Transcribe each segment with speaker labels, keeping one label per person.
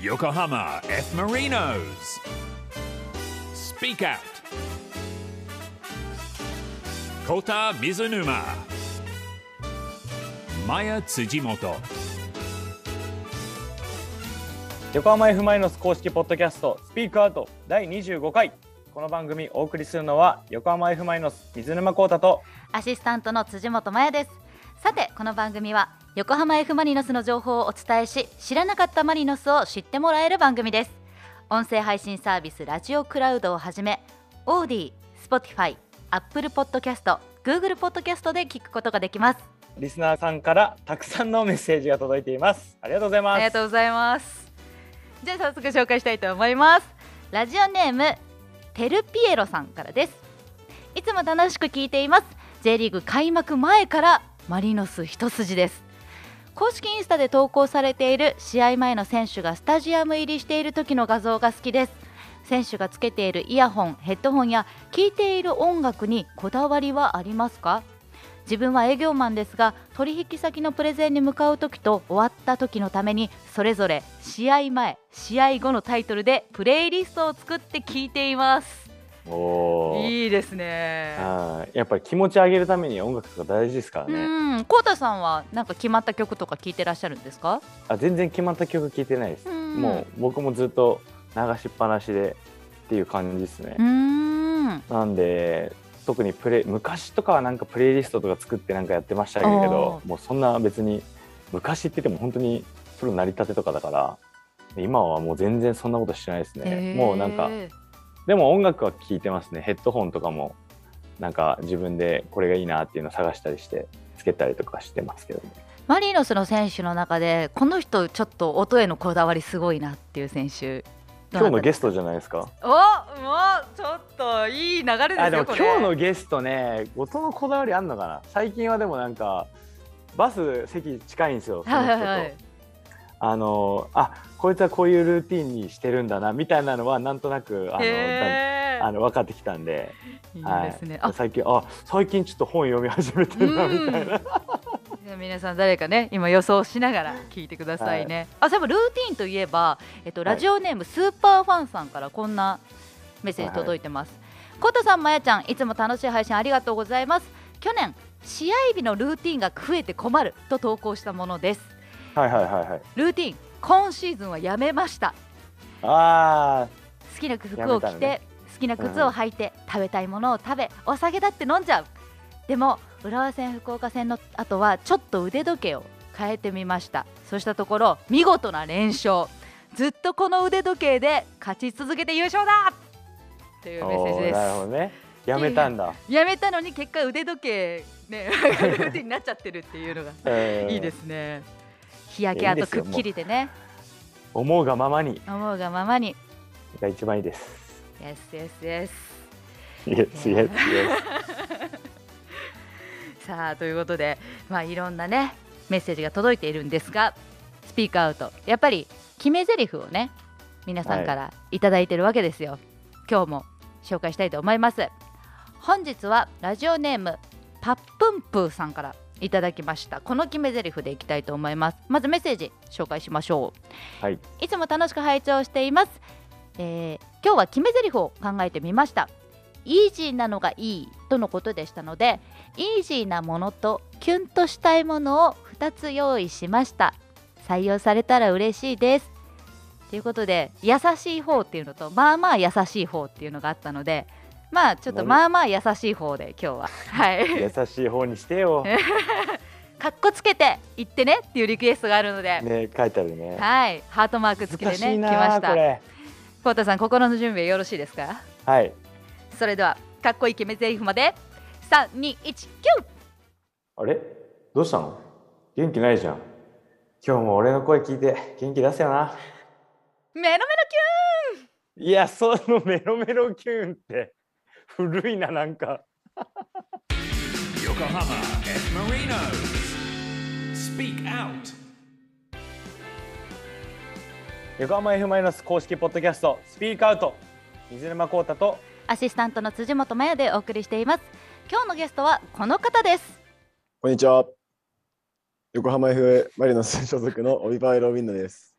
Speaker 1: Yokohama F. Marinos. Speak Out. Kota Mizunuma. Maya Tsujimoto.
Speaker 2: 横浜 F ・マイノス公式ポッドキャスト「スピークアウト」第25回この番組お送りするのは横浜 F ・マイノス水沼宏太と
Speaker 3: アシスタントの辻本麻也です。さて、この番組は横浜 F ・マリノスの情報をお伝えし、知らなかったマリノスを知ってもらえる番組です。音声配信サービスラジオクラウドをはじめ、オーディ、スポティファイ、アップルポッドキャスト、グーグルポッドキャストで聞くことができます。
Speaker 2: リスナーさんからたくさんのメッセージが届いていますありがとうございます
Speaker 3: ありがとうございます。じゃあ早速紹介したいと思います。ラジオネームテルピエロさんからです。いつも楽しく聞いています。J リーグ開幕前からマリノス一筋です。公式インスタで投稿されている試合前の選手がスタジアム入りしている時の画像が好きです。選手がつけているイヤホン、ヘッドホンや聴いている音楽にこだわりはありますか自分は営業マンですが取引先のプレゼンに向かう時と終わった時のためにそれぞれ試合前試合後のタイトルでプレイリストを作って聞いています
Speaker 2: おー
Speaker 3: いいですね
Speaker 2: あーやっぱり気持ち上げるために音楽とか大事ですから
Speaker 3: う
Speaker 2: ね
Speaker 3: ん、コウタさんはなんか決まった曲とか聞いてらっしゃるんですか
Speaker 2: あ全然決まった曲聴いてないです
Speaker 3: うん
Speaker 2: もう僕もずっと流しっぱなしでっていう感じですね
Speaker 3: うーん
Speaker 2: なんで特にプレイ昔とかはなんかプレイリストとか作ってなんかやってましたけど
Speaker 3: お
Speaker 2: もうそんな別に昔って言っても本当にプロ成り立てとかだから今はもう全然そんなことしてないですね、もうなんか
Speaker 3: え
Speaker 2: でも音楽は聴いてますねヘッドホンとかもなんか自分でこれがいいなっていうのを探したりしてつけたりとかしてますけどね
Speaker 3: ーマリノスの選手の中でこの人ちょっと音へのこだわりすごいなっていう選手
Speaker 2: 今日のゲ
Speaker 3: ス
Speaker 2: ストじゃないですか
Speaker 3: トおもうちょっといい流れですよ
Speaker 2: あでも
Speaker 3: こ
Speaker 2: 今
Speaker 3: れ
Speaker 2: 日のゲストね音のこだわりあんのかな最近はでもなんかバス席近いんですよその
Speaker 3: はい
Speaker 2: 人と。
Speaker 3: はいはい
Speaker 2: あのあこいつはこういうルーティンにしてるんだなみたいなのはなんとなくあの、
Speaker 3: へー
Speaker 2: だあの分かってきたんで
Speaker 3: いい
Speaker 2: はい
Speaker 3: ですね。
Speaker 2: 最近あ最近ちょっと本読み始めてるなみたいな、
Speaker 3: あ、じゃあ皆さん誰かね、今予想しながら聞いてくださいね。あ、そういえばルーティーンといえば、えっと
Speaker 2: はい
Speaker 3: ラジオネームスーパーファンさんからこんなメッセージ届いてます。コトさん、まやちゃん、いつも楽しい配信ありがとうございます。去年試合日のルーティーンが増えて困ると投稿したものです。
Speaker 2: はいはいはいはい
Speaker 3: ルーティーン、今シーズンはやめました。
Speaker 2: あ
Speaker 3: 好きな服を着
Speaker 2: やめたの
Speaker 3: て、
Speaker 2: ね
Speaker 3: 好きな靴を履いて、食べたいものを食べお酒だって飲んじゃうでも浦和戦福岡戦の後はちょっと腕時計を変えてみましたそうしたところ見事な連勝ずっとこの腕時計で勝ち続けて優勝だってい
Speaker 2: ー
Speaker 3: うメッセ
Speaker 2: おー
Speaker 3: ージで
Speaker 2: なるほど
Speaker 3: す
Speaker 2: ねやめたんだ、
Speaker 3: やめたのに結果腕時計ね ルーティンになっちゃってるっていうのが
Speaker 2: うん
Speaker 3: いいですね日焼け
Speaker 2: いいん
Speaker 3: 跡
Speaker 2: です
Speaker 3: く
Speaker 2: よ
Speaker 3: っきりでね
Speaker 2: 思うがままに
Speaker 3: 思うがままに
Speaker 2: が一番いいです
Speaker 3: イエスイエスイエ ス
Speaker 2: イエスイエスイエ
Speaker 3: さあということで、まあ、いろんなねメッセージが届いているんですがスピークアウトやっぱり決め台詞をね皆さんからいただいてるわけですよ、今日も紹介したいと思います本日はラジオネームパップンプーさんからいただきましたこの決め台詞でいきたいと思いますまずメッセージ紹介しましょう
Speaker 2: ス はい
Speaker 3: いつも楽しく拝聴しています、えー今日は決め台詞を考えてみましたイージーなのがいいとのことでしたのでイージーなものとキュンとしたいものを2つ用意しました採用されたら嬉しいですということで優しい方っていうのとまあまあ優しい方っていうのがあったのでまあちょっと
Speaker 2: 何
Speaker 3: まあまあ優しい方で今日は はい
Speaker 2: 優しい方にしてよね
Speaker 3: かっこつけて言ってねっていうリクエストがあるので、
Speaker 2: 書いてあるね
Speaker 3: はいハートマーク付きで
Speaker 2: 難
Speaker 3: ね
Speaker 2: しい
Speaker 3: 来
Speaker 2: な
Speaker 3: まし
Speaker 2: こ
Speaker 3: た
Speaker 2: れ
Speaker 3: コウタさん心の準備はよろしいですか
Speaker 2: はい
Speaker 3: それではかっこいい決め台詞まで3219
Speaker 2: あれどうしたの元気ないじゃん。今日も俺の声聞いて元気出せよな。
Speaker 3: メロメロ
Speaker 2: いや、そのメロメロキューンって古いな、なんか。
Speaker 1: Yokohama F. Marinos. Speak Out.
Speaker 2: 横浜 F マイナス公式ポッドキャストスピークアウト水沼孝太と
Speaker 3: キュンアシスタントの辻本麻也でお送りしています今日のゲストはこの方です
Speaker 4: こんにちは。横浜 F ・マリノス所属のオリバー・ロビンナです。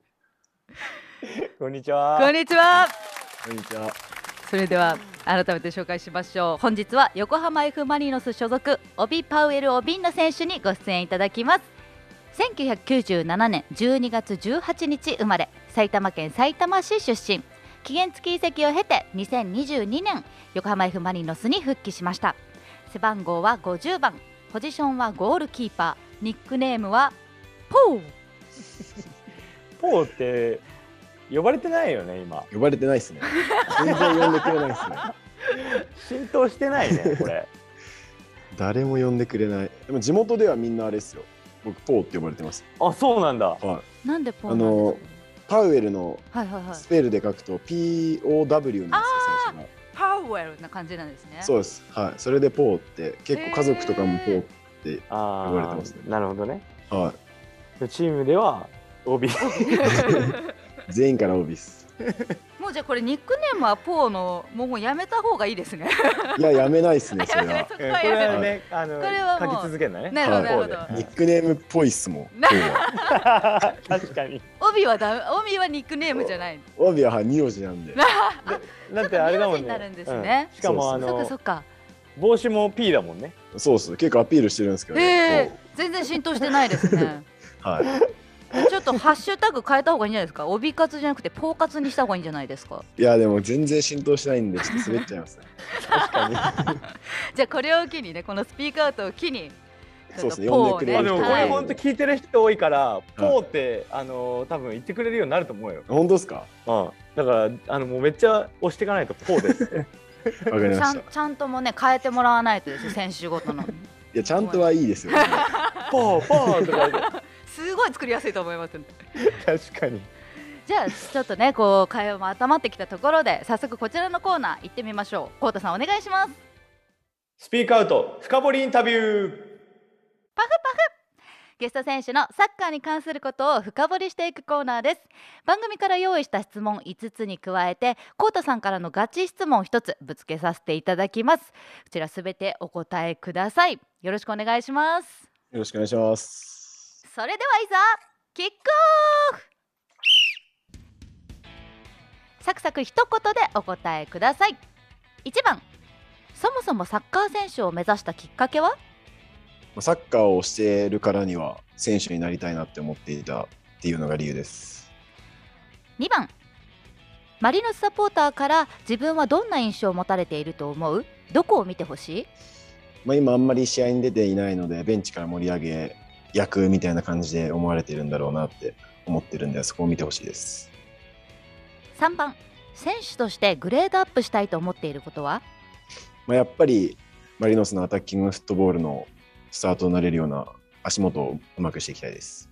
Speaker 2: こんにちは。
Speaker 3: こんにちは
Speaker 2: こんにちは。
Speaker 3: それでは改めて紹介しましょう本日は横浜 F ・マリノス所属オビ・パウエル・オビンナ選手にご出演いただきます1997年12月18日生まれ埼玉県さいたま市出身期限付き移籍を経て2022年横浜 F ・マリノスに復帰しました背番号は50番ポジションはゴールキーパーニックネームはポー
Speaker 2: ポーって呼ばれてないよね今。
Speaker 4: 呼ばれてないですね。全然呼んでくれないですね。
Speaker 2: 浸透してない ねこれ。
Speaker 4: 誰も呼んでくれない。でも地元ではみんなあれですよ。僕ポーって呼ばれてます。
Speaker 2: あそうなんだ。
Speaker 3: なんでポーな
Speaker 4: あ
Speaker 3: んです
Speaker 4: のパウエルの
Speaker 3: かはいはいはい
Speaker 4: スペルで書くと P O W なんですよ最初が。
Speaker 3: パウエルな感じなんですね
Speaker 4: そうです。はい。それでポーって結構家族とかもポーって。
Speaker 2: あ
Speaker 4: 呼ばれてますね
Speaker 2: あなるほどね。
Speaker 4: は
Speaker 2: チームでは OB。
Speaker 4: い。全員からオビス。
Speaker 3: もうじゃあこれニックネームはポーのもうもうやめた方がいいですね。
Speaker 4: いや やめないですねそれ
Speaker 3: やめ
Speaker 4: は
Speaker 3: そ。こ
Speaker 2: こ
Speaker 3: は
Speaker 2: れ
Speaker 3: やめ
Speaker 2: はねあの
Speaker 3: これはも
Speaker 2: 書
Speaker 3: う
Speaker 2: き続けるんだね。
Speaker 3: なるほどなるほど。
Speaker 4: ニックネームっぽいっすもん。ポーは
Speaker 2: 確かに。
Speaker 3: 帯はダメ帯はニックネームじゃない。
Speaker 4: オビははい名字なんで。
Speaker 2: だってあれだもん
Speaker 3: ち
Speaker 2: ね。
Speaker 3: ょっと名字になるんですね
Speaker 2: うんしかもあ
Speaker 3: そっかそ
Speaker 2: の
Speaker 3: っか。
Speaker 2: 帽子も P だもんね。
Speaker 4: そうっす。結構アピールしてるんですけど
Speaker 3: え
Speaker 4: ね
Speaker 3: え。全然浸透してないです ね。
Speaker 4: ポーはい。
Speaker 3: ちょっとハッシュタグ変えた方がいいんじゃないですか。帯活じゃなくてポー活にした方がいいんじゃないですか。
Speaker 4: いやでも全然浸透しないんでちょっと滑っちゃい ますね。
Speaker 2: 確かに。
Speaker 3: じゃあこれを機にねこのスピークアウトを機に。
Speaker 4: そうですね
Speaker 3: ちょっとポー
Speaker 4: 呼んでくれ
Speaker 2: ま
Speaker 4: る
Speaker 2: あでもこ
Speaker 3: は
Speaker 2: れ
Speaker 3: い
Speaker 2: 本当聞いてる人多いから、ポーってあの多分言ってくれるようになると思うよ。
Speaker 4: 本当ですか。わ
Speaker 2: だからあのもうめっちゃ押していかないとポーです。
Speaker 4: かり
Speaker 3: ち
Speaker 4: ま
Speaker 3: ゃ
Speaker 4: した
Speaker 3: ん。ちゃんともね変えてもらわないとですよ選手ご との。
Speaker 4: いやちゃんとはいいですよ。
Speaker 2: ポーポーとか言って
Speaker 3: すごい作りやすいと思います、
Speaker 2: 確かに。
Speaker 3: じゃあちょっとねこう会話も温まってきたところで早速こちらのコーナー行ってみましょうコウタさんお願いします
Speaker 2: スピークアウト深掘りインタビュー。
Speaker 3: ゲスト選手のサッカーに関することを深掘りしていくコーナーです番組から用意した質問5つに加えてコウタさんからのガチ質問1つぶつけさせていただきますこちらすべてお答えくださいよろしくお願いします
Speaker 4: よろしくお願いします。
Speaker 3: それではいざキックオフサクサク一言でお答えください1番そもそもサッカー選手を目指したきっかけは
Speaker 4: サッカーをしているからには選手になりたいなって思っていたっていうのが理由です。
Speaker 3: 2番マリノスサポーターから自分はどんな印象を持たれていると思うどこを見てほしい
Speaker 4: まあ今あんまり試合に出ていないのでベンチから盛り上げ役みたいな感じで思われてるんだろうなって思ってるんでそこを見てほしいです。
Speaker 3: 3番選手としてグレードアップしたいと思っていることは
Speaker 4: まあやっぱりマリノスのアタッキングフットボールのスタートになれるような足元をうまくしていきたいです。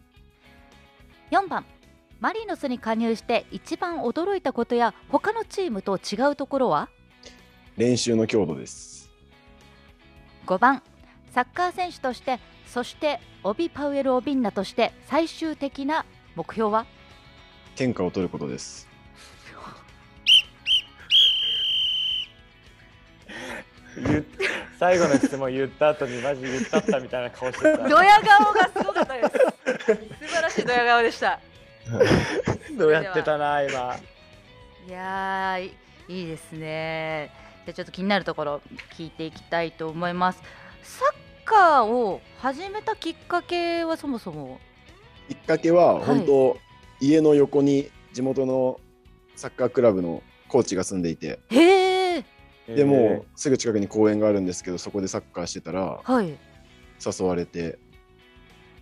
Speaker 3: 4番マリノスに加入して一番驚いたことや他のチームと違うところは
Speaker 4: 練習の強度です。
Speaker 3: 5番サッカー選手としてそしてオビ・パウエル・オビンナとして最終的な目標は
Speaker 4: 天下を取ることです。
Speaker 2: 言っ最後の質問言った後にマジ言ったったみたいな顔して た。
Speaker 3: ドヤ顔がすごかった です素晴らしいドヤ顔でした
Speaker 2: どうやってたな今。
Speaker 3: いやーいいいですねじゃあちょっと気になるところ聞いていきたいと思いますサッカーを始めたきっかけはそもそも
Speaker 4: きっかけは
Speaker 3: はい
Speaker 4: 本当、家の横に地元のサッカークラブのコーチが住んでいて、
Speaker 3: へえ
Speaker 4: でもうすぐ近くに公園があるんですけどそこでサッカーしてたら
Speaker 3: はい
Speaker 4: 誘われて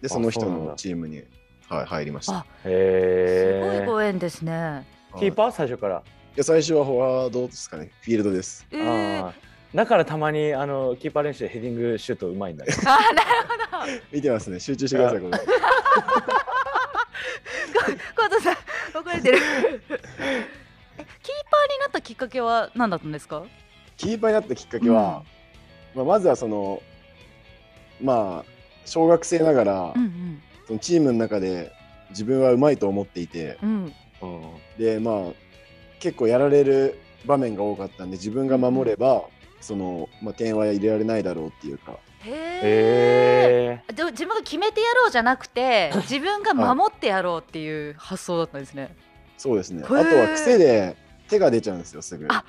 Speaker 4: でその人
Speaker 2: そうなん
Speaker 4: の
Speaker 2: だ
Speaker 4: チームに、はい、入りました
Speaker 3: あすごい
Speaker 2: へえ。
Speaker 3: ご縁ですね
Speaker 4: はい
Speaker 2: キーパー最初から。
Speaker 4: いや最初はフォワードですかねフィールドです
Speaker 3: えー、
Speaker 2: ああ。だからたまにあのキーパー練習でヘディングシュートうまいんだね。
Speaker 3: あーなるほど
Speaker 4: 見てますね集中してくださいこ
Speaker 3: コ
Speaker 4: れ
Speaker 3: ートさん怒られて るえキーパーになったきっかけは何だったんですか
Speaker 4: キーパーになったきっかけは、まあ、まずはそのまあ小学生ながら、
Speaker 3: うん
Speaker 4: そのチームの中で自分はうまいと思っていて
Speaker 3: うんうん
Speaker 2: うん
Speaker 4: でまあ結構やられる場面が多かったんで自分が守れば、その、まあ、点は入れられないだろうっていうか
Speaker 3: へえ
Speaker 2: へえ。
Speaker 3: 自分が決めてやろうじゃなくて自分が守ってやろうっていう発想だったんですね
Speaker 4: そうですね。あ
Speaker 3: へ
Speaker 4: と
Speaker 3: ー
Speaker 4: は癖で手が出ちゃうんですよ、すぐ。
Speaker 3: あ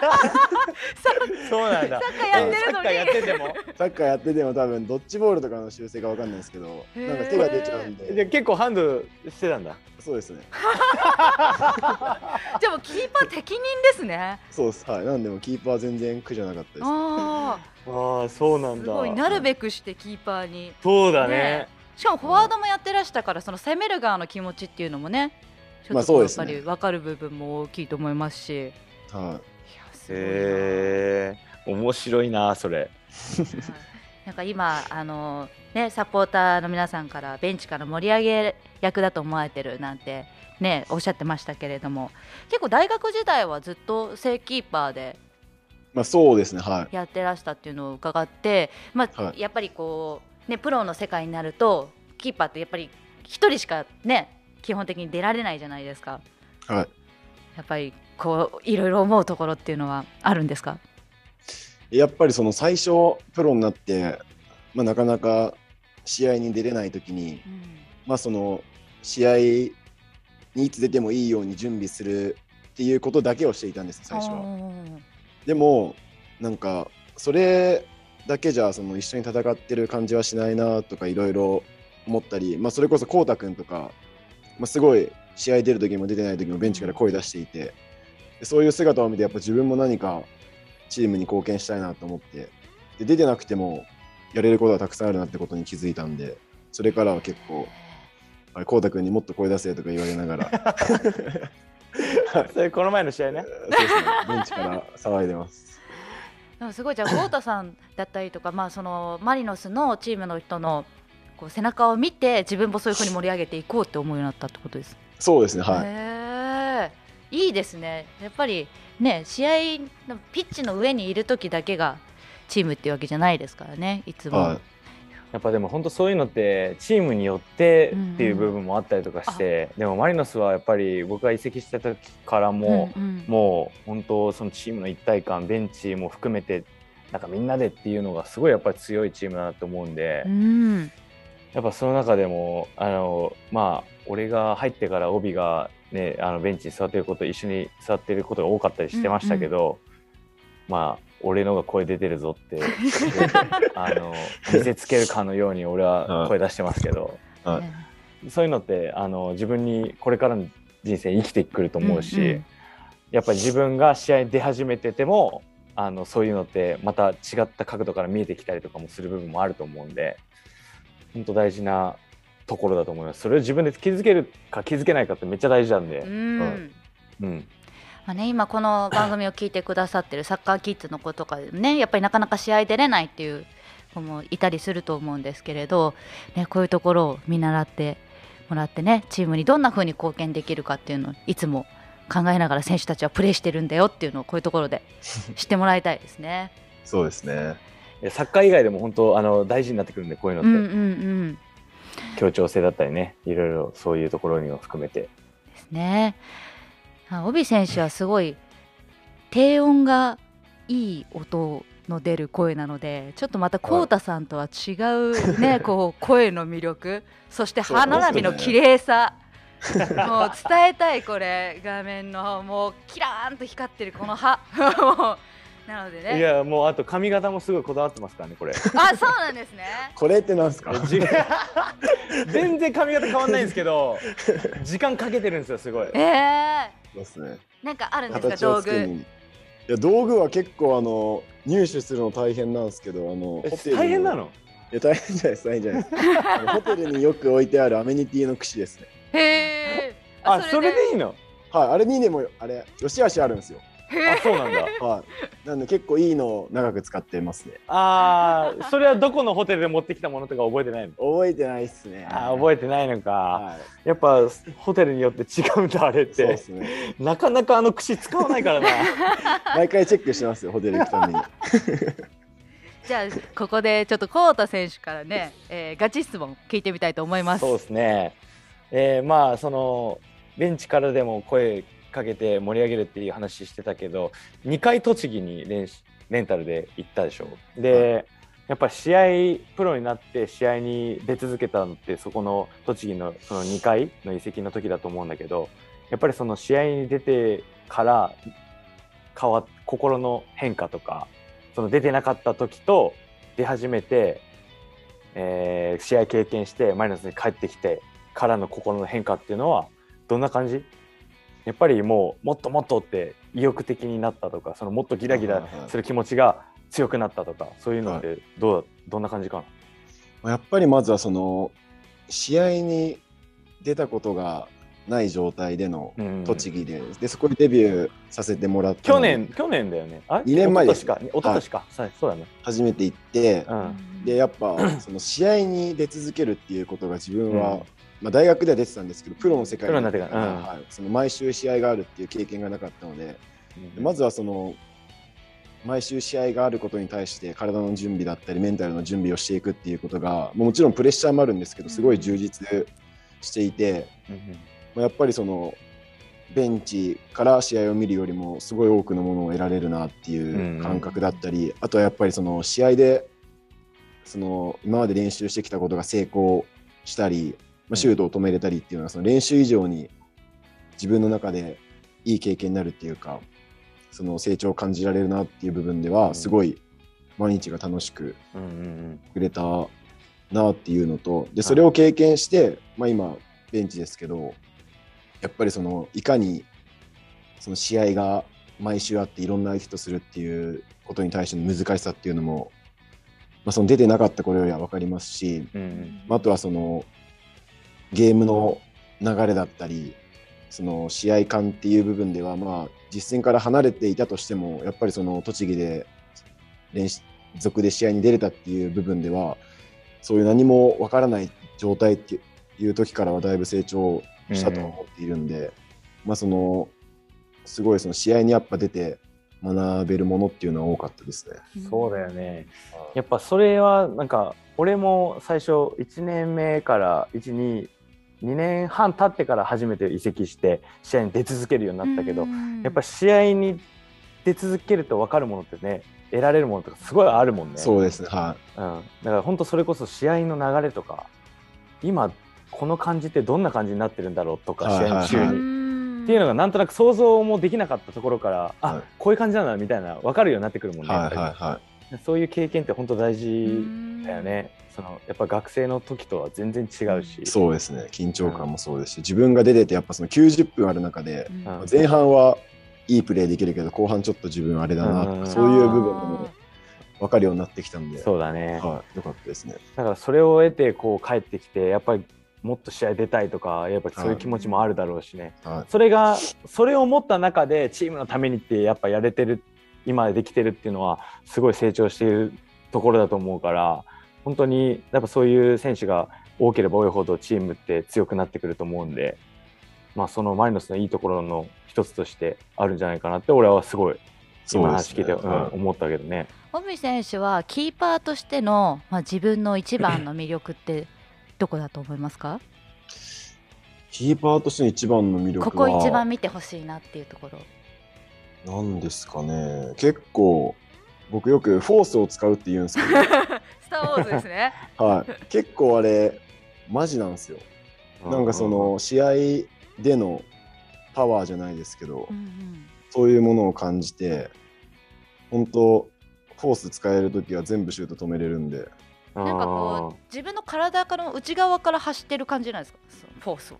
Speaker 4: サ
Speaker 2: そうなんだ
Speaker 3: サ。ッカー やって
Speaker 2: え
Speaker 3: る
Speaker 2: サッカー
Speaker 3: の
Speaker 2: やってて
Speaker 3: に
Speaker 2: も
Speaker 4: ッカーやってても多分ドッジボールとかの修正がわかんないですけど、
Speaker 3: へー
Speaker 4: なんか手が出ちゃうん
Speaker 2: で
Speaker 4: で、
Speaker 2: 結構ハンドしてたんだ。
Speaker 4: そうですね。
Speaker 3: じゃあもうキーパー適任ですね
Speaker 4: そうです。はい。なんでもキーパーは全然苦じゃなかったです。
Speaker 3: あ
Speaker 2: ああそうな
Speaker 3: あ
Speaker 2: ん
Speaker 3: す
Speaker 2: だ。
Speaker 3: ごいなるべくしてキーパーに
Speaker 2: そうだ
Speaker 3: ね
Speaker 2: ね。
Speaker 3: しかもフォワードもやってらしたからその攻める側の気持ちっていうのもねちょ
Speaker 4: ま
Speaker 3: っ
Speaker 4: あそ
Speaker 3: と
Speaker 4: う
Speaker 3: や
Speaker 4: で
Speaker 3: っ
Speaker 4: す
Speaker 3: ぱ
Speaker 4: ね
Speaker 3: り分かる部分も大きいと思いますし、いや
Speaker 4: は
Speaker 3: すごいな
Speaker 2: へえ面白いなそれ。
Speaker 3: なんか今あのねサポーターの皆さんからベンチから盛り上げ役だと思われてるなんてねおっしゃってましたけれども結構大学時代はずっと正キーパーで
Speaker 4: い。まあそうですね。はい。
Speaker 3: やってらしたっていうのを伺って、まあ
Speaker 4: はい
Speaker 3: やっぱりこう、ね、プロの世界になるとキーパーってやっぱり一人しかね基本的に出られないじゃないですか
Speaker 4: はい。
Speaker 3: やっぱりこういろいろ思うところっていうのはあるんですか
Speaker 4: やっぱりその最初プロになって、まあ、なかなか試合に出れない時に、まあ、その試合にいつ出てもいいように準備するっていうことだけをしていたんです最初は。
Speaker 3: お
Speaker 4: でもなんかそれだけじゃその一緒に戦ってる感じはしないなとかいろいろ思ったり、まあ、それこそこうたくんとか、まあ、すごい試合出る時も出てない時もベンチから声出していてでそういう姿を見てやっぱ自分も何かチームに貢献したいなと思ってで出てなくてもやれることはたくさんあるなってことに気づいたんでそれからは結構あれこうたくんにもっと声出せとか言われながら
Speaker 2: それこの前の試合ね。
Speaker 4: そうですねベンチから騒いでます。
Speaker 3: ーでもすごいじゃあ豪太さんだったりとか、まあ、そのマリノスのチームの人のこう背中を見て自分もそういうふうに盛り上げていこうって思うようになったってことです
Speaker 4: そうですねはい
Speaker 3: へえいいですねやっぱりね試合のピッチの上にいる時だけがチームっていうわけじゃないですからねいつも、
Speaker 4: はい
Speaker 2: やっぱでも本当そういうのってチームによってっていう部分もあったりとかして、でもマリノスはやっぱり僕が移籍した時からも、
Speaker 3: うんうん
Speaker 2: もう本当そのチームの一体感ベンチも含めてなんかみんなでっていうのがすごいやっぱり強いチームだなと思うんで、
Speaker 3: うん
Speaker 2: やっぱその中でもあのまあ俺が入ってから帯がねあのベンチに座ってること一緒に座ってることが多かったりしてましたけど、まあ俺のが声出てるぞ ってあの見せつけるかのように俺は声出してますけど、
Speaker 4: はい
Speaker 3: ね
Speaker 2: そういうのってあの自分にこれからの人生生きてくると思うし、
Speaker 3: うんうん
Speaker 2: やっぱり自分が試合に出始めててもあのそういうのってまた違った角度から見えてきたりとかもする部分もあると思うんで本当大事なところだと思いますそれを自分で気づけるか気づけないかってめっちゃ大事なんで、
Speaker 3: う
Speaker 2: う
Speaker 3: ん
Speaker 2: んうん
Speaker 3: まあね、今この番組を聞いてくださってるサッカーキッズの子とかでもねやっぱりなかなか試合出れないっていう子もいたりすると思うんですけれど、ね、こういうところを見習ってもらってねチームにどんな風に貢献できるかっていうのをいつも考えながら選手たちはプレーしてるんだよっていうのをこういうところで知ってもらいたいですね。
Speaker 4: そうですね。
Speaker 2: いやサッカー以外でも本当あの大事になってくるんでこういうの
Speaker 3: う
Speaker 2: っ
Speaker 3: ん
Speaker 2: て、
Speaker 3: うんうん
Speaker 2: 協調性だったりねいろいろそういうところにも含めて
Speaker 3: ですね。あ帯選手はすごい低音がいい音の出る声なのでちょっとまたコウタさんとは違うね、こう声の魅力そして歯並びの綺麗さ、もう伝えたいこれ画面のもうキラーンと光ってるこの歯 もうなので
Speaker 2: い
Speaker 3: ね
Speaker 2: やもうあと髪型もすごいこだわってますからねこれ
Speaker 3: あそうなんですね
Speaker 4: これってなんですか
Speaker 2: じ 全然髪型変わんないんですけど時間かけてるんですよすごい
Speaker 3: ええ
Speaker 4: そうですね。
Speaker 3: なんかあるんですか
Speaker 4: 形を
Speaker 3: 道
Speaker 4: つけ
Speaker 3: 具
Speaker 4: に。いや道具は結構あの入手するの大変なんですけどあの
Speaker 2: え
Speaker 4: ホテルに
Speaker 2: 大変なの
Speaker 4: いや大変じゃないです大変じゃないです。あのホテルによく置いてあるアメニティの串ですね。
Speaker 3: へえ
Speaker 2: あそれでいいの
Speaker 4: はいあれにでもあれよしあしあるんですよ。
Speaker 2: あそうなんだ
Speaker 4: はいなんで結構いいのを長く使ってますね。
Speaker 2: あーそれはどこのホテルで持ってきたものとか覚えてないの
Speaker 4: 覚えてないっすね。
Speaker 2: あー覚えてないの
Speaker 4: え
Speaker 2: か
Speaker 4: はい。
Speaker 2: やっぱホテルによって違うんだあれっ
Speaker 4: そうで
Speaker 2: て
Speaker 4: すね。
Speaker 2: なかなかあの串使わないからな
Speaker 4: 毎回チェックしてますよホテル行くために。
Speaker 3: じゃあここでちょっとコータ選手からね、えーガチ質問聞いてみたいと思います。
Speaker 2: そうですねえーまあそのベンチからでも声かけて盛り上げるっていう話してたけど2回栃木に練習レンタルで行ったでしょで、やっぱり試合プロになって試合に出続けたのってそこの栃木のその2回の移籍の時だと思うんだけどやっぱりその試合に出てから変わ心の変化とかその出てなかった時と出始めて、えー試合経験してマリノスに帰ってきてからの心の変化っていうのはどんな感じやっぱりもうもっともっとって意欲的になったとかそのもっとギラギラする気持ちが強くなったとかそういうのってどう、どんな感じかな
Speaker 4: まあやっぱりまずはその試合に出たことがない状態での
Speaker 2: うん
Speaker 4: 栃木で,、でそこでデビューさせてもらった
Speaker 2: 去
Speaker 4: ので
Speaker 2: 年、去年だよね。あれ
Speaker 4: 二年前です
Speaker 2: 一昨年か。一昨年か。そうそうだね。
Speaker 4: 初めて行って
Speaker 2: う、ん。
Speaker 4: でやっ ぱその試合に出続けるっていうことが自分は、
Speaker 2: うん
Speaker 4: まあ、大学では出てたんですけどプロの世界
Speaker 2: プロになってからうん
Speaker 4: はい、その毎週試合があるっていう経験がなかったのででまずはその毎週試合があることに対して体の準備だったりメンタルの準備をしていくっていうことがもうもちろんプレッシャーもあるんですけどすごい充実していて、
Speaker 2: うん
Speaker 4: まあやっぱりそのベンチから試合を見るよりもすごい多くのものを得られるなっていう感覚だったり、あとはやっぱりその試合でその今まで練習してきたことが成功したり、まあ、シュートを止めれたりっていうのはその練習以上に自分の中でいい経験になるっていうかその成長を感じられるなっていう部分で
Speaker 2: う
Speaker 4: は
Speaker 2: ん
Speaker 4: すごい毎日が楽しく
Speaker 2: うんうん
Speaker 4: くれたなっていうのとでそれを経験して、まあ、今ベンチですけどやっぱりそのいかにその試合が毎週あっていろんな相手とするっていうことに対しての難しさっていうのも、まあ、その出てなかった頃よりは分かりますし、
Speaker 2: うんうん
Speaker 4: まあ、あとはそのゲームの流れだったりその試合感っていう部分ではまあ実戦から離れていたとしてもやっぱりその栃木で連続で試合に出れたっていう部分ではそういう何もわからない状態っていう時からはだいぶ成長したとは思っているんで、まあそのすごいその試合にやっぱ出て学べるものっていうのは多かったですね。
Speaker 2: うん。そうだよね。やっぱそれはなんか俺も最初1年目から1、2、2年半経ってから初めて移籍して試合に出続けるようになったけど、やっぱ試合に出続けると分かるものってね、得られるものとかすごいあるもんね。
Speaker 4: そうですね、は
Speaker 2: うん、だから本当それこそ試合の流れとか今この感じってどんな感じになってるんだろうとか
Speaker 4: はい
Speaker 2: 試
Speaker 4: はい
Speaker 2: 合中
Speaker 4: はいぱ
Speaker 2: に。っ
Speaker 3: っ
Speaker 2: ていうのがなんとなく想像もできなかったところからあ、
Speaker 4: はい
Speaker 2: こういう感じなんだみたいな分かるようになってくるもん
Speaker 4: い、
Speaker 2: ね、
Speaker 4: はいはいは
Speaker 2: そういう経験って本当大事だよ
Speaker 3: よ。
Speaker 2: ね、そのやっぱ学生の時とは全然違うし
Speaker 4: い、そうですね緊張感もそうですし自分が出ててやっぱその90分ある中で
Speaker 3: うん
Speaker 2: うん
Speaker 4: 前半はいいプレーできるけど後半ちょっと自分あれだな
Speaker 2: う
Speaker 4: と
Speaker 2: ん
Speaker 4: かそういう部分も分かるようになってきたんで、
Speaker 2: そうだね、
Speaker 4: はい、よかったですね。
Speaker 2: だからそれを得てこう帰ってきてやっぱりもっと試合出たいとかやっぱりそういう気持ちもあるだろうしね、
Speaker 4: は
Speaker 2: それがそれを持った中でチームのためにってやっぱやれてる今できてるっていうのはすごい成長しているところだと思うから本当にやっぱそういう選手が多ければ多いほどチームって強くなってくると思うんで、まあ、そのマリノスのいいところの一つとしてあるんじゃないかなって俺はすごい
Speaker 4: そう
Speaker 2: 今
Speaker 4: で
Speaker 2: 話
Speaker 4: す
Speaker 2: 聞い
Speaker 4: ね
Speaker 2: て、うん
Speaker 4: はい
Speaker 2: 思ったけどね。
Speaker 3: オビ選手はキーパーとしての、まあ、自分の一番の魅力ってどこだと思いますか
Speaker 4: キーパーとしての一番の魅力
Speaker 3: こ
Speaker 4: は
Speaker 3: こ一番見てほしいなっていうところ。
Speaker 4: なんですかね結構僕よくフォースを使うって言うんですけ
Speaker 3: スター・ウォーズですね。
Speaker 4: ど、はい、結構あれマジなんですよ。なんかその試合でのパワーじゃないですけど、
Speaker 3: うん
Speaker 4: そういうものを感じて本当フォース使える時は全部シュート止めれるんで
Speaker 2: う、
Speaker 3: うんんなんかこう自分の体からの内側から走ってる感じなんですかそのフォースを。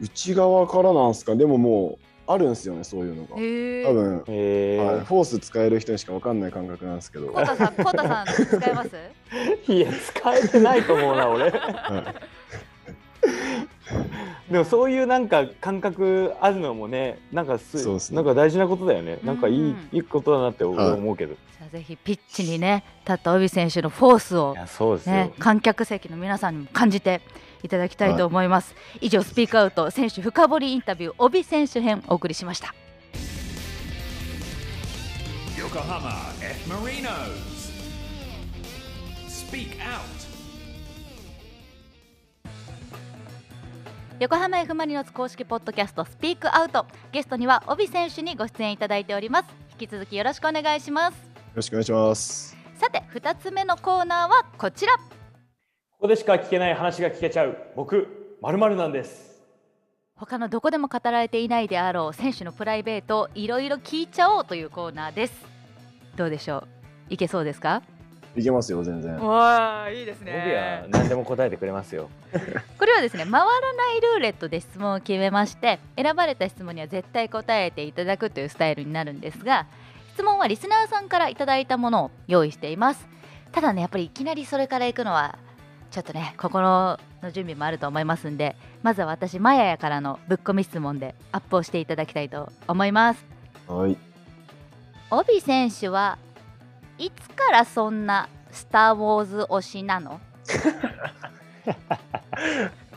Speaker 4: 内側からなんすかでももうあるんですよねそういうのが
Speaker 3: へ
Speaker 4: 多分、
Speaker 2: うんへ
Speaker 4: はいフォース使える人にしか分かんない感覚なんですけ ど、
Speaker 3: コタさん、コタさん使えます
Speaker 2: ー、いや使えてないと思うな俺。
Speaker 4: はい
Speaker 2: でもそういうなんか感覚あるのもねなんかす
Speaker 4: そうですね
Speaker 2: なんか大事なことだよね
Speaker 3: うん
Speaker 2: なんかいい,、いいことだなって俺
Speaker 4: はい
Speaker 2: 思うけど、
Speaker 3: じゃあぜひピッチにね立ったオビ選手のフォースを
Speaker 2: い、やそうですよ、
Speaker 3: ね、観客席の皆さんにも感じていただきたいと思います、以上スピークアウト選手深掘りインタビュー帯選手編お送りしました
Speaker 1: Yokohama F. Marinos. Speak Out.
Speaker 3: 横浜 F ・マリノス公式ポッドキャストスピークアウトゲストには帯選手にご出演いただいております引き続きよろしくお願いします
Speaker 4: よろしくお願いします
Speaker 3: さて2つ目のコーナーはこちら
Speaker 2: ここでしか聞けない話が聞けちゃう僕まるなんです
Speaker 3: 他のどこでも語られていないであろう選手のプライベートをいろいろ聞いちゃおうというコーナーですどうでしょういけそうですか
Speaker 4: いけますよ、全然。
Speaker 3: わあいいです
Speaker 2: オビは何でも答えてくれますよ。
Speaker 3: これはですね回らないルーレットで質問を決めまして選ばれた質問には絶対答えていただくというスタイルになるんですが質問はリスナーさんからいただいたものを用意していますただねやっぱりいきなりそれから行くのはちょっとね心の準備もあると思いますんでまずは私マヤヤからのぶっこみ質問でアップをしていただきたいと思います
Speaker 4: はい。
Speaker 3: オビ選手はいつからそんなスター・ウォーズ推しなの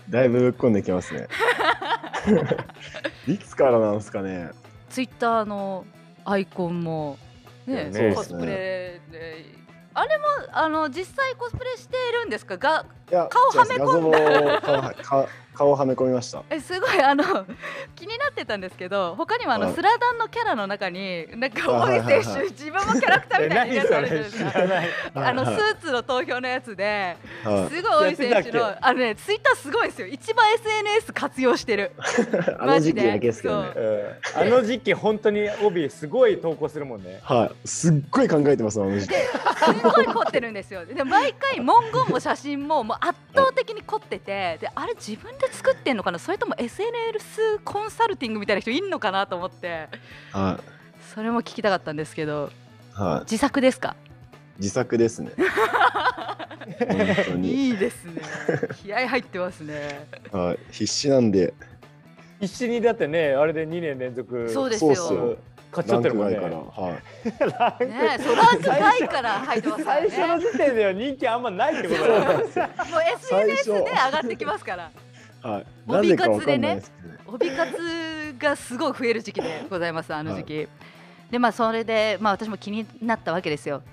Speaker 4: だいぶぶっこんできます ね。いつからなんですかね。
Speaker 3: ツイッターのアイコンもね
Speaker 2: ね
Speaker 3: コスプレであれもあの実際コスプレしてるんですかが
Speaker 4: いや
Speaker 3: 顔はめ込んだ
Speaker 4: 違います謎の顔はか顔はめ込みました。
Speaker 3: えすごいあの 気になってたんですけど他にもあの、
Speaker 4: はい
Speaker 3: スラダンのキャラの中になんか
Speaker 4: あはい
Speaker 3: 大
Speaker 4: はいはい
Speaker 3: 井選手自分もキャラクターみたいなやつあるじゃないですか。
Speaker 2: ない。
Speaker 3: あのス
Speaker 4: はい
Speaker 3: ーツの投票のやつで
Speaker 4: は
Speaker 3: すごい大井
Speaker 2: やって
Speaker 3: 選手
Speaker 2: たっ
Speaker 3: のあのねツイッターすごいですよ一番 SNS 活用してる
Speaker 4: い、あの時期だけですけ
Speaker 3: マ
Speaker 4: どね
Speaker 3: ジ。
Speaker 2: あの時期本当にオビすごい投稿するもんね。
Speaker 4: はい、すっごい考えてますあの時期。
Speaker 3: すごい凝ってるんですよ。で毎回文言も写真ももう圧倒的に凝っててであれ自分で作ってんのかなそれとも SNS コンサルティングみたいな人いんのかなと思って
Speaker 4: は
Speaker 3: それも聞きたかったんですけど
Speaker 4: い、はい、
Speaker 3: 自作ですか
Speaker 4: 自作です ね。本当に、
Speaker 3: いいですね気合入ってますね
Speaker 4: はい、必死なんで
Speaker 2: 必死にだってねあれで2年連続
Speaker 3: そうです
Speaker 4: そうっ
Speaker 3: よ
Speaker 4: すよ
Speaker 2: 勝ち
Speaker 4: ラ
Speaker 2: 取
Speaker 4: ン
Speaker 2: って
Speaker 4: ク
Speaker 2: るもん
Speaker 4: 外
Speaker 2: ね。
Speaker 4: か
Speaker 2: ラ
Speaker 4: ら、はい、
Speaker 2: ンク
Speaker 3: ねそらず外から入ってますから
Speaker 2: 最
Speaker 3: ね
Speaker 2: 初の時点では人気あんまないってこと
Speaker 3: そう
Speaker 2: だ
Speaker 3: な
Speaker 2: ね
Speaker 3: んですよもう SNS で上がってきますから
Speaker 4: はい、
Speaker 3: ボ
Speaker 4: な
Speaker 3: ビー
Speaker 4: ぜ
Speaker 3: カ
Speaker 4: かわ
Speaker 3: ツ
Speaker 4: か
Speaker 3: でね
Speaker 4: んないですけど、ね、
Speaker 3: 帯活がすごい増える時期でございます、あの時期。で、まあ、それで、まあ、私も気になったわけですよ。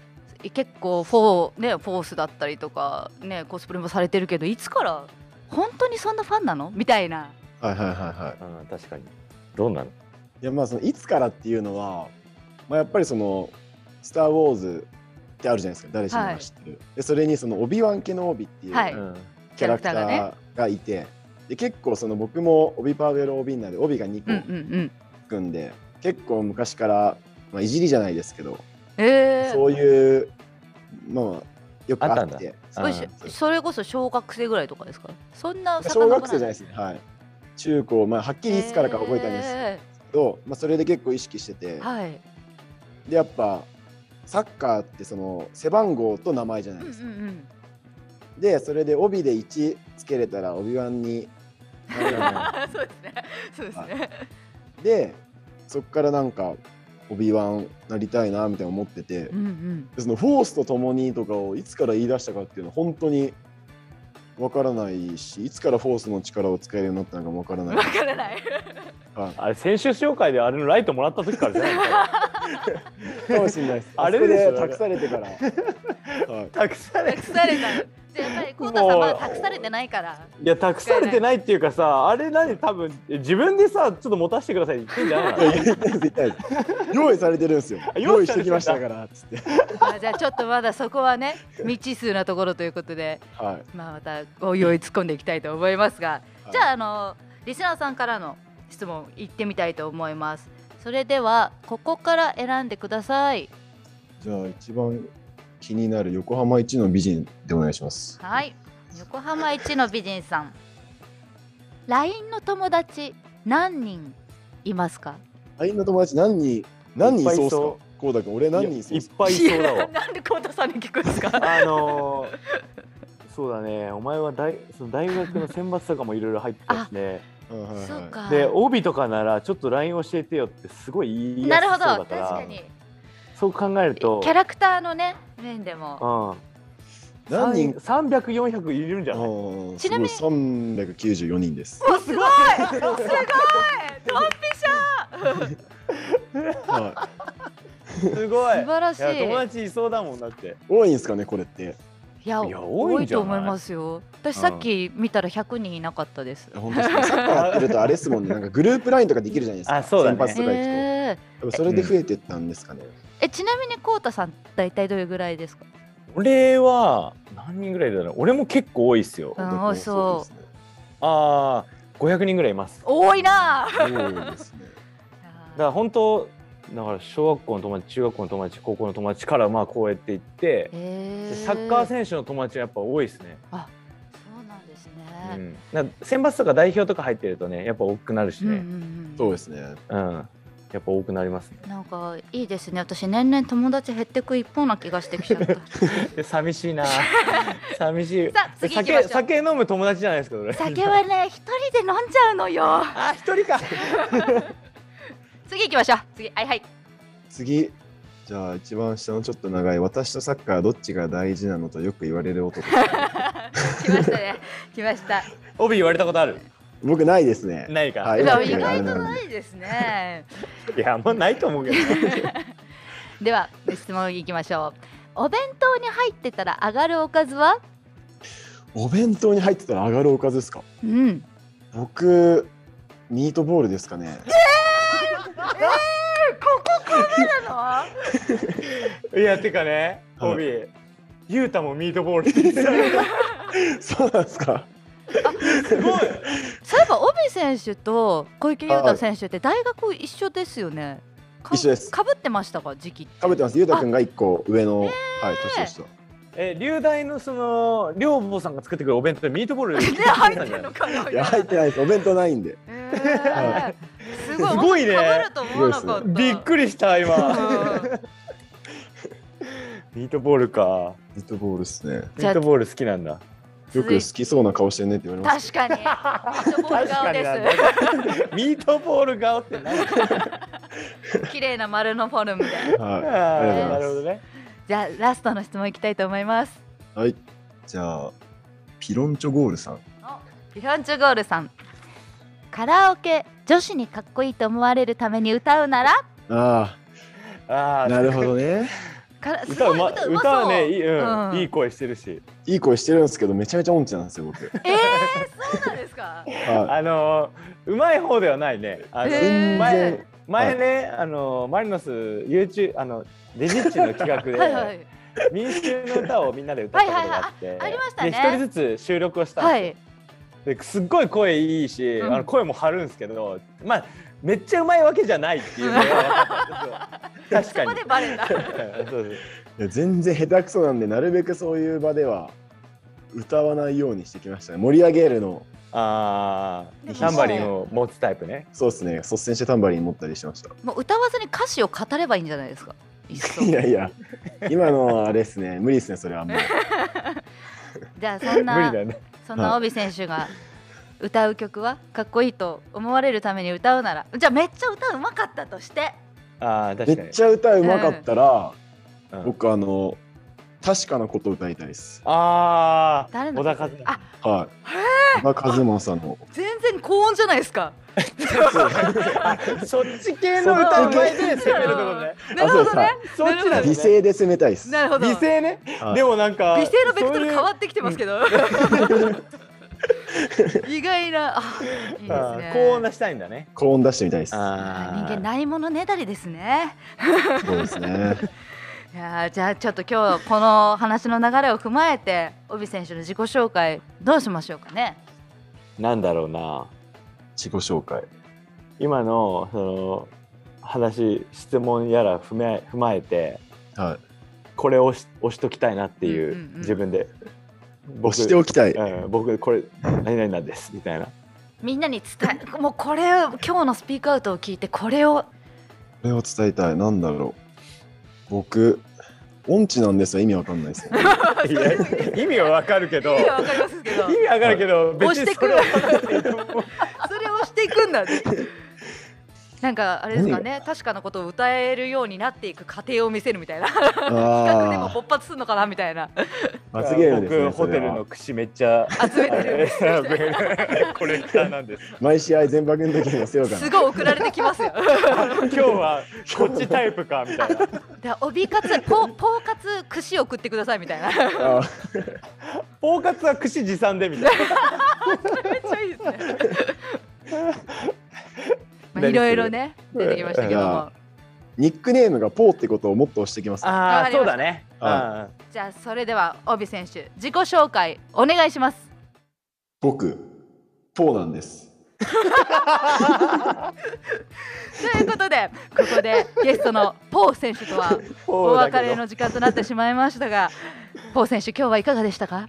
Speaker 3: 結構フォー、ね、フォースだったりとか、ね、コスプレもされてるけど、いつから。本当にそんなファンなのみたいな。
Speaker 4: はいはいはいはい。
Speaker 2: うん確かに。どうなの？
Speaker 4: いやまあそのいつからっていうのは、まあ、やっぱりその「スター・ウォーズ」ってあるじゃないですか誰しもが知ってる、でそれにそのオビワン系のオビっていう
Speaker 3: はい
Speaker 2: うん
Speaker 4: キャラクターがいて、で結構その僕もオビパウエル・オビンナでオビが
Speaker 3: うん、うん、
Speaker 4: 2
Speaker 3: う
Speaker 4: 個
Speaker 3: ん。
Speaker 4: 組んで、結構昔から、まあ、いじりじゃないですけど、
Speaker 3: ええ
Speaker 4: そういうまあよくあ
Speaker 2: あった
Speaker 4: っ
Speaker 2: んだ
Speaker 4: て
Speaker 2: う
Speaker 3: おい
Speaker 2: あ
Speaker 3: し
Speaker 4: ー
Speaker 3: それこそ小学生ぐらいとかですか。そんな。
Speaker 4: 小学生じゃないですすねはい中高まあはっきりいつからか覚えたんです
Speaker 3: え
Speaker 4: けど、まあ、それで結構意識してて、
Speaker 3: えはい。
Speaker 4: でやっぱサッカーってその背番号と名前じゃな
Speaker 3: う
Speaker 4: い
Speaker 3: ん、う
Speaker 4: です
Speaker 3: ん、
Speaker 4: か、
Speaker 3: うん。
Speaker 4: でそれで帯で1つけれたら帯番になるよね
Speaker 3: あ そうですね。そうですね。
Speaker 4: でそっからなんか帯番なりたいなみたいな思ってて
Speaker 3: う、ん、うん。
Speaker 4: でその「フォースと共に」とかをいつから言い出したかっていうのは本当にわからないしいつからフォースの力を使えるようになったのかもわからない
Speaker 3: わからない。
Speaker 4: はい
Speaker 2: あれ先週紹介であれのライトもらった時からじゃないの？
Speaker 4: かもしれない です
Speaker 2: あれですよ
Speaker 4: そこ託されてから、 はい、
Speaker 2: 託され
Speaker 3: 託された。じゃあやっぱりコウタさんまだ託されてないから。
Speaker 2: いや託されてないっていうかさあれ何多分自分でさちょっと持たせてくださいって言ってんじゃないの
Speaker 4: いや言ったやつ言ったやつ用意されてるんですよ
Speaker 2: 用
Speaker 4: 用
Speaker 2: 意
Speaker 4: 意
Speaker 2: さ
Speaker 4: し
Speaker 2: れ
Speaker 4: て
Speaker 2: て
Speaker 4: き
Speaker 2: た
Speaker 4: ましたからつって
Speaker 3: まあじゃあちょっとまだそこはね未知数なところということで、
Speaker 4: はい
Speaker 3: まあまたおいおい突っ込んでいきたいと思いますが、
Speaker 4: はい
Speaker 3: じゃああのリスナーさんからの質問行ってみたいと思います。それではここから選んでください。
Speaker 4: じゃあ一番気になる横浜一の美人でお願いします
Speaker 3: はい、横浜一の美人さん。LINE の友達何人いますか？
Speaker 4: あいの友達何人何人いそうっすか
Speaker 2: いっぱいいそ
Speaker 4: こうだくん俺何人いそう
Speaker 2: い
Speaker 4: っ
Speaker 2: っ
Speaker 4: すか
Speaker 2: ぱいいそうだわ
Speaker 3: なんでコウタさんに聞くんですか？
Speaker 2: あのーそうだねお前は大その大学の選抜とかもいろいろ入ってたしね
Speaker 4: うんはいはい
Speaker 3: そうか。
Speaker 2: で帯とかならちょっと LINE 教えてよってすごい言いや
Speaker 3: な
Speaker 2: す
Speaker 3: る
Speaker 2: そ
Speaker 3: ほ
Speaker 2: うだ
Speaker 3: ど確
Speaker 2: から
Speaker 3: かに。
Speaker 2: そう考えると
Speaker 3: キャラクターのね面でも
Speaker 2: うん
Speaker 4: 何人
Speaker 2: 300400いるんじゃない
Speaker 4: ああ
Speaker 3: ちなみに
Speaker 4: すごい394人 です、
Speaker 3: おすごいすごいドンピシ
Speaker 4: は
Speaker 2: すごい
Speaker 3: ャ素晴らし
Speaker 2: いや友
Speaker 3: い
Speaker 2: 達いそうだもんだって
Speaker 4: い、多いんですかねこれって
Speaker 3: いや
Speaker 2: いや多いんじゃない
Speaker 3: と思いますよ私さっき見たら100人いなかったです
Speaker 4: いや本当ですねサッカーやってるとあれですもんねなんかグループラインとかできるじゃないですか
Speaker 2: あそうだね
Speaker 4: 先発とか行くと、
Speaker 3: えー
Speaker 4: 多分それで増えてったんですかね、
Speaker 3: えちなみにこうたさん大体どれぐらいですか
Speaker 2: 俺は何人ぐらいだろう俺も結構多いっすよ
Speaker 3: うん
Speaker 4: だと
Speaker 3: 多そう
Speaker 4: ですね
Speaker 2: ああ500人ぐらいいます。
Speaker 3: 多いなあ。
Speaker 4: 多いですね。
Speaker 2: だから本当だから小学校の友達中学校の友達高校の友達からまあこうやって行って、
Speaker 3: へ
Speaker 2: で
Speaker 3: ー
Speaker 2: サッカー選手の友達はやっぱ多いですね。
Speaker 3: そうなんです
Speaker 2: う
Speaker 3: ね。
Speaker 2: ん、なんか選抜とか代表とか入ってるとねやっぱ多くなるし
Speaker 3: うんう
Speaker 2: ね、
Speaker 3: ん
Speaker 4: そうですね。
Speaker 2: うんやっぱ多くなり ますね。
Speaker 3: うん。なんかいいですね。私年々友達減ってく一方な気がしてき ちゃった。
Speaker 2: で寂しいな 寂しい
Speaker 3: さあ次行きましょ
Speaker 2: 酒
Speaker 3: う
Speaker 2: 酒飲む友達じゃないですかそれ
Speaker 3: 酒はね一人で飲んじゃうの よ。
Speaker 2: あ一 人か
Speaker 3: 次行きましょう。次はいはい。
Speaker 4: 次。じゃあ一番下のちょっと長い私とサッカーどっちが大事なのとよく言われる 男
Speaker 3: 来ましたね。来ました。
Speaker 2: 帯言われたことある
Speaker 4: 僕ないですね
Speaker 2: ないか、
Speaker 4: は
Speaker 3: で
Speaker 4: い今
Speaker 3: も
Speaker 4: って
Speaker 3: 意外と
Speaker 4: あれなんで
Speaker 3: ないですね。
Speaker 2: いやあんまないと思うけどね
Speaker 3: では質問いきましょう。お弁当に入ってたら上がるおかずは？
Speaker 4: お弁当に入ってたら上がるおかずですか
Speaker 3: うん。
Speaker 4: 僕ミートボールですかね
Speaker 3: なの？
Speaker 2: いやてかね
Speaker 4: はい
Speaker 2: 帯、ゆうたもミートボールって言ってたよ
Speaker 4: そうなんですか
Speaker 2: すごい
Speaker 3: そういえば帯選手と小池優太選手って大学一緒ですよね。か
Speaker 4: 一緒です
Speaker 3: かぶってましたか時期って。
Speaker 4: 食べてますゆうたくんが一個上の、はい年でした
Speaker 2: え流大のその寮母さんが作ってくるお弁当でミートボール
Speaker 3: ね入ってるのかな。
Speaker 4: いや入ってないですお弁当ないんで
Speaker 3: えーすごい。
Speaker 2: すごいね
Speaker 3: かぶると思わなかった。
Speaker 2: びっくりした今
Speaker 3: うん
Speaker 2: ミートボールか
Speaker 4: ミートボールですね
Speaker 2: ミートボール好きなんだ
Speaker 4: よく好きそうな顔してるねって言われます
Speaker 3: 確か に。ミートボール顔
Speaker 2: なんだミ
Speaker 3: で
Speaker 2: ートボール顔って何
Speaker 3: す。綺麗な丸のフォルムで。
Speaker 4: はいありが
Speaker 2: ない
Speaker 4: とうござます
Speaker 2: るほどね
Speaker 3: じゃあラストの質問いきたいと思います。
Speaker 4: はいじゃあピロンチョゴールさん
Speaker 3: ピョンチュゴールさん。カラオケ女子にかっこいいと思われるために歌うなら。
Speaker 4: あ
Speaker 2: あ
Speaker 4: あ
Speaker 2: あ
Speaker 4: なるほどね
Speaker 3: からす
Speaker 2: 歌
Speaker 3: ご
Speaker 2: う
Speaker 3: い
Speaker 2: ま
Speaker 3: 歌うま
Speaker 2: 歌
Speaker 3: そう
Speaker 2: はねいい,、うん
Speaker 3: うん
Speaker 2: いい声してるし
Speaker 4: いい声してるんですけどめちゃめちゃ音痴なんですよ僕
Speaker 3: えー、そうなんです か。
Speaker 4: は
Speaker 2: あのーうまい方ではないねあ
Speaker 4: い
Speaker 2: の
Speaker 3: へー
Speaker 4: 全然
Speaker 2: 前ね、あのーマリノス YouTube あのデジッチの企画で
Speaker 3: はいはい。
Speaker 2: 民衆の歌をみんなで歌ったことがあって、
Speaker 3: いはいあありましたね
Speaker 2: で一人ずつ収録をしたんです
Speaker 3: は
Speaker 2: よ、
Speaker 3: い。
Speaker 2: ですっごい声いいし、
Speaker 3: うん
Speaker 2: あの声も張るんですけどまあめっちゃうまいわけじゃないって いうのが分かったんです
Speaker 3: そ
Speaker 2: よ
Speaker 3: こで
Speaker 2: 確
Speaker 3: バ レた。
Speaker 2: かにそうです
Speaker 4: いや全然下手くそなんでなるべくそういう場では歌わないようにしてきましたね盛り上げるの
Speaker 2: あ
Speaker 3: で
Speaker 2: あ
Speaker 3: も
Speaker 2: タンバリンを持つタイプね
Speaker 4: そうですね率先してタンバリン持ったりしてました
Speaker 3: もう歌わずに歌詞を語ればいいんじゃないですか。いっそ
Speaker 4: いやいや今のあれですね無理ですねそれは もう
Speaker 3: じゃあそん
Speaker 2: 無理
Speaker 3: な
Speaker 2: だよね
Speaker 3: そんな帯選手が歌う曲はかっこいいと思われるために歌うならじゃあめっちゃ歌うまかったとして
Speaker 2: ああ
Speaker 4: め
Speaker 2: 確かに
Speaker 4: っちゃ歌うまかったら、
Speaker 2: うん
Speaker 4: 僕あの確かなことを歌いたいです
Speaker 2: ああ
Speaker 3: 誰の
Speaker 2: 小田和正
Speaker 3: あ
Speaker 4: はい小田和正さんの
Speaker 3: 全然高音じゃないですか。
Speaker 2: あ そっち系の歌うまいで攻めるところね
Speaker 3: なるほどね。
Speaker 2: そっちなの
Speaker 4: 美
Speaker 2: ね
Speaker 4: 声で攻めたいです
Speaker 3: なるほど。
Speaker 2: 美声ね
Speaker 4: はい
Speaker 2: でもなんか
Speaker 3: 美声のベクトル変わ
Speaker 2: っ
Speaker 3: ってきてますけど。意外な。あいいですね。
Speaker 2: 高音出したいんだね
Speaker 4: 高音出してみたいです
Speaker 3: あ
Speaker 2: あ
Speaker 3: ー人間ないものねだりですね。
Speaker 4: そうで すね
Speaker 3: いやーじゃあちょっと今日この話の流れを踏まえて帯選手の自己紹介どうしましょうかね。
Speaker 2: なんだろうな
Speaker 4: 自己紹介
Speaker 2: 今のその話質問やら踏め踏まえて
Speaker 4: はい
Speaker 2: これを押し押しときたいなってい
Speaker 3: うんうんう
Speaker 2: うん自分で
Speaker 4: 押しておきたい
Speaker 2: うん僕これ何々なんですみたいな
Speaker 3: みんなに伝えもうこれを今日のスピークアウトを聞いてこれを
Speaker 4: これを伝えたいなんだろう僕音痴なんですよ意味わかんないですね
Speaker 2: いや意味はわかるけど
Speaker 3: 意味
Speaker 2: 意
Speaker 3: はわかりますけど
Speaker 2: 味わかるけど別
Speaker 3: 押して
Speaker 2: に
Speaker 3: く
Speaker 2: そ
Speaker 3: る
Speaker 2: れは分かんないと思う
Speaker 3: それをしていくんだね。なんかあれですかね確かなことを歌えるようになっていく過程を見せるみたいな 企画でも
Speaker 4: あ
Speaker 3: 勃発するのかなみたいな
Speaker 4: あ罰ゲームですね
Speaker 2: 僕ホ
Speaker 4: そ
Speaker 2: テ
Speaker 4: れ
Speaker 2: ルの
Speaker 4: は
Speaker 2: 口めっちゃ
Speaker 3: 集めてる
Speaker 2: コレクターなんです
Speaker 4: 毎試合全爆の時に寄せようか
Speaker 3: す
Speaker 4: な
Speaker 3: ごい送られてきます よ
Speaker 2: 今日はこっちタイプかみたいな
Speaker 3: だ帯活ポポー活串送ってくださいみたい なめっ
Speaker 4: あー
Speaker 2: 包括は串持参でみたい
Speaker 3: ちゃいいですねまあ
Speaker 2: 何
Speaker 3: いろいろね出てきましたけども
Speaker 4: ニックネームがポーってことをもっと押してきます、ね、
Speaker 2: な
Speaker 3: わかりましたそうだ
Speaker 2: ね
Speaker 4: は
Speaker 3: じゃあそれでは帯選手自己紹介お願いします
Speaker 4: 僕ポーなんです
Speaker 3: ということでここでゲストのポー選手 とはお別れの時間となってしまいましたがポー選手今日はいかがでしたか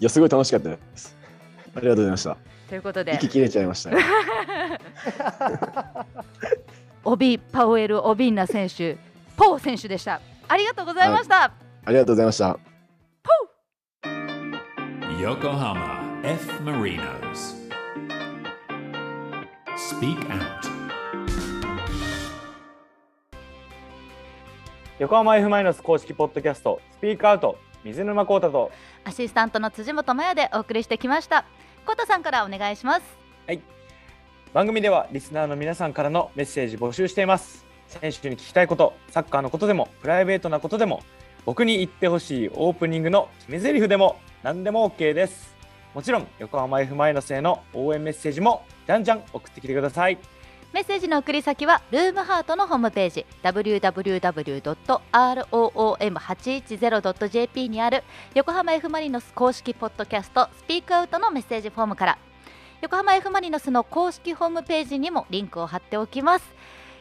Speaker 4: いや、すごい楽しかったです。ありがとうございました。
Speaker 3: ということで
Speaker 4: 息切れちゃいました。
Speaker 3: オビパウエル・オビンナ選手ポー選手でしたありがとうございました、
Speaker 4: ありがとうございました。
Speaker 1: Yokohama F. Marinos. Speak Out.
Speaker 2: 横浜 F ・マイナス公式ポッドキャストスピークアウト水沼孝太と
Speaker 3: アシスタントの辻本麻也でお送りしてきましたコタさんからお願いします
Speaker 2: 番組ではリスナーの皆さんからのメッセージ募集しています選手に聞きたいことサッカーのことでもプライベートなことでも僕に言ってほしいオープニングの決め台詞でも何でも OK ですもちろん横浜 F ・マイナスへの応援メッセージもじゃんじゃん送ってきてください
Speaker 3: メッセージの送り先はルームハートのホームページ www.room810.jp にある横浜 F ・マリノス公式ポッドキャストスピークアウトのメッセージフォームから横浜 F ・マリノスの公式ホームページにもリンクを貼っておきます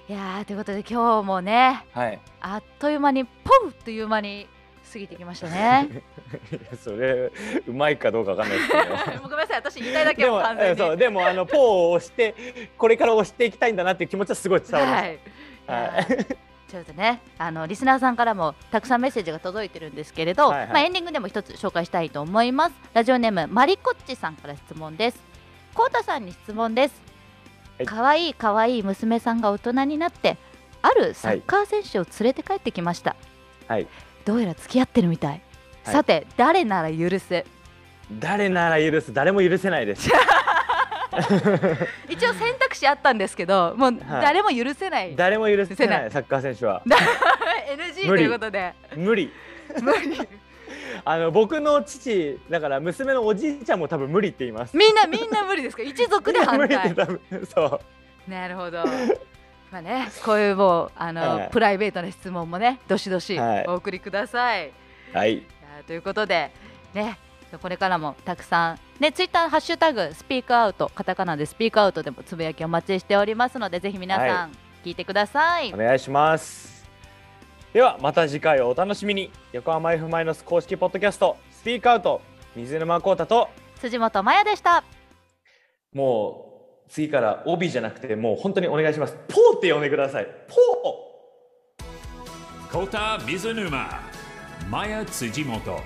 Speaker 3: いやーということで今日もね
Speaker 2: はい
Speaker 3: あっという間にポウという間に過ぎてきましたね
Speaker 2: いやそれうまいかどうかわかんないですけど
Speaker 3: もうごめんなさい私言いたいだけ
Speaker 2: で
Speaker 3: も
Speaker 2: も
Speaker 3: う完全に
Speaker 2: そうでもあのポーを押してこれから押していきたいんだなっていう気持ちはすごい伝わりまし
Speaker 3: はい
Speaker 2: た。はい
Speaker 3: ち ょっとねあのリスナーさんからもたくさんメッセージが届いてるんですけれど、
Speaker 2: はいはい
Speaker 3: まあ、エンディングでも一つ紹介したいと思いますラジオネームマリコッチさんから質問ですコウタさんに質問です
Speaker 2: はい
Speaker 3: 可愛、い、い可愛い娘さんが大人になってあるサッカー選手を連れて帰ってきました、
Speaker 2: はい
Speaker 3: どうやら付き合ってるみたい、
Speaker 2: はい
Speaker 3: さて誰なら許す
Speaker 2: 誰なら許す誰も許せないです。
Speaker 3: 一応選択肢あったんですけどもう誰も許せない、
Speaker 2: 誰も許
Speaker 3: 許
Speaker 2: せ
Speaker 3: せ
Speaker 2: な
Speaker 3: ない
Speaker 2: サッカー選手は
Speaker 3: NG ということで
Speaker 2: 無理。
Speaker 3: 無理
Speaker 2: あの僕の父だから娘のおじいちゃんも多分無理って言います。
Speaker 3: みんなみんな無理ですか一族で反
Speaker 2: 無理って多
Speaker 3: 対
Speaker 2: 分そう
Speaker 3: なる ほど。まあね、こういうもうあの、
Speaker 2: はい
Speaker 3: プライベートな質問もね、どしどし
Speaker 2: はい
Speaker 3: お送りください。い
Speaker 2: はい
Speaker 3: やということで、ね、これからもたくさん、ね、ツイッターハッシュタグスピークアウト、カタカナでスピークアウトでもつぶやきお待ちしておりますので、ぜひ皆さん、
Speaker 2: は
Speaker 3: 聞いてください
Speaker 2: お。願いします。ではまた次回をお楽しみに横浜 F マイナス公式ポッドキャストスピークアウト水沼孝太と
Speaker 3: 辻本麻也でした。
Speaker 2: もう次から帯じゃなくてもう本当にお願いします。ポーって呼んでください。ポー
Speaker 1: Kota Mizunuma. Maya Tsujimoto.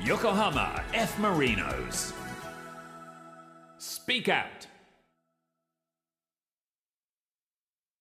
Speaker 1: Yokohama F. Marinos. Speak Out.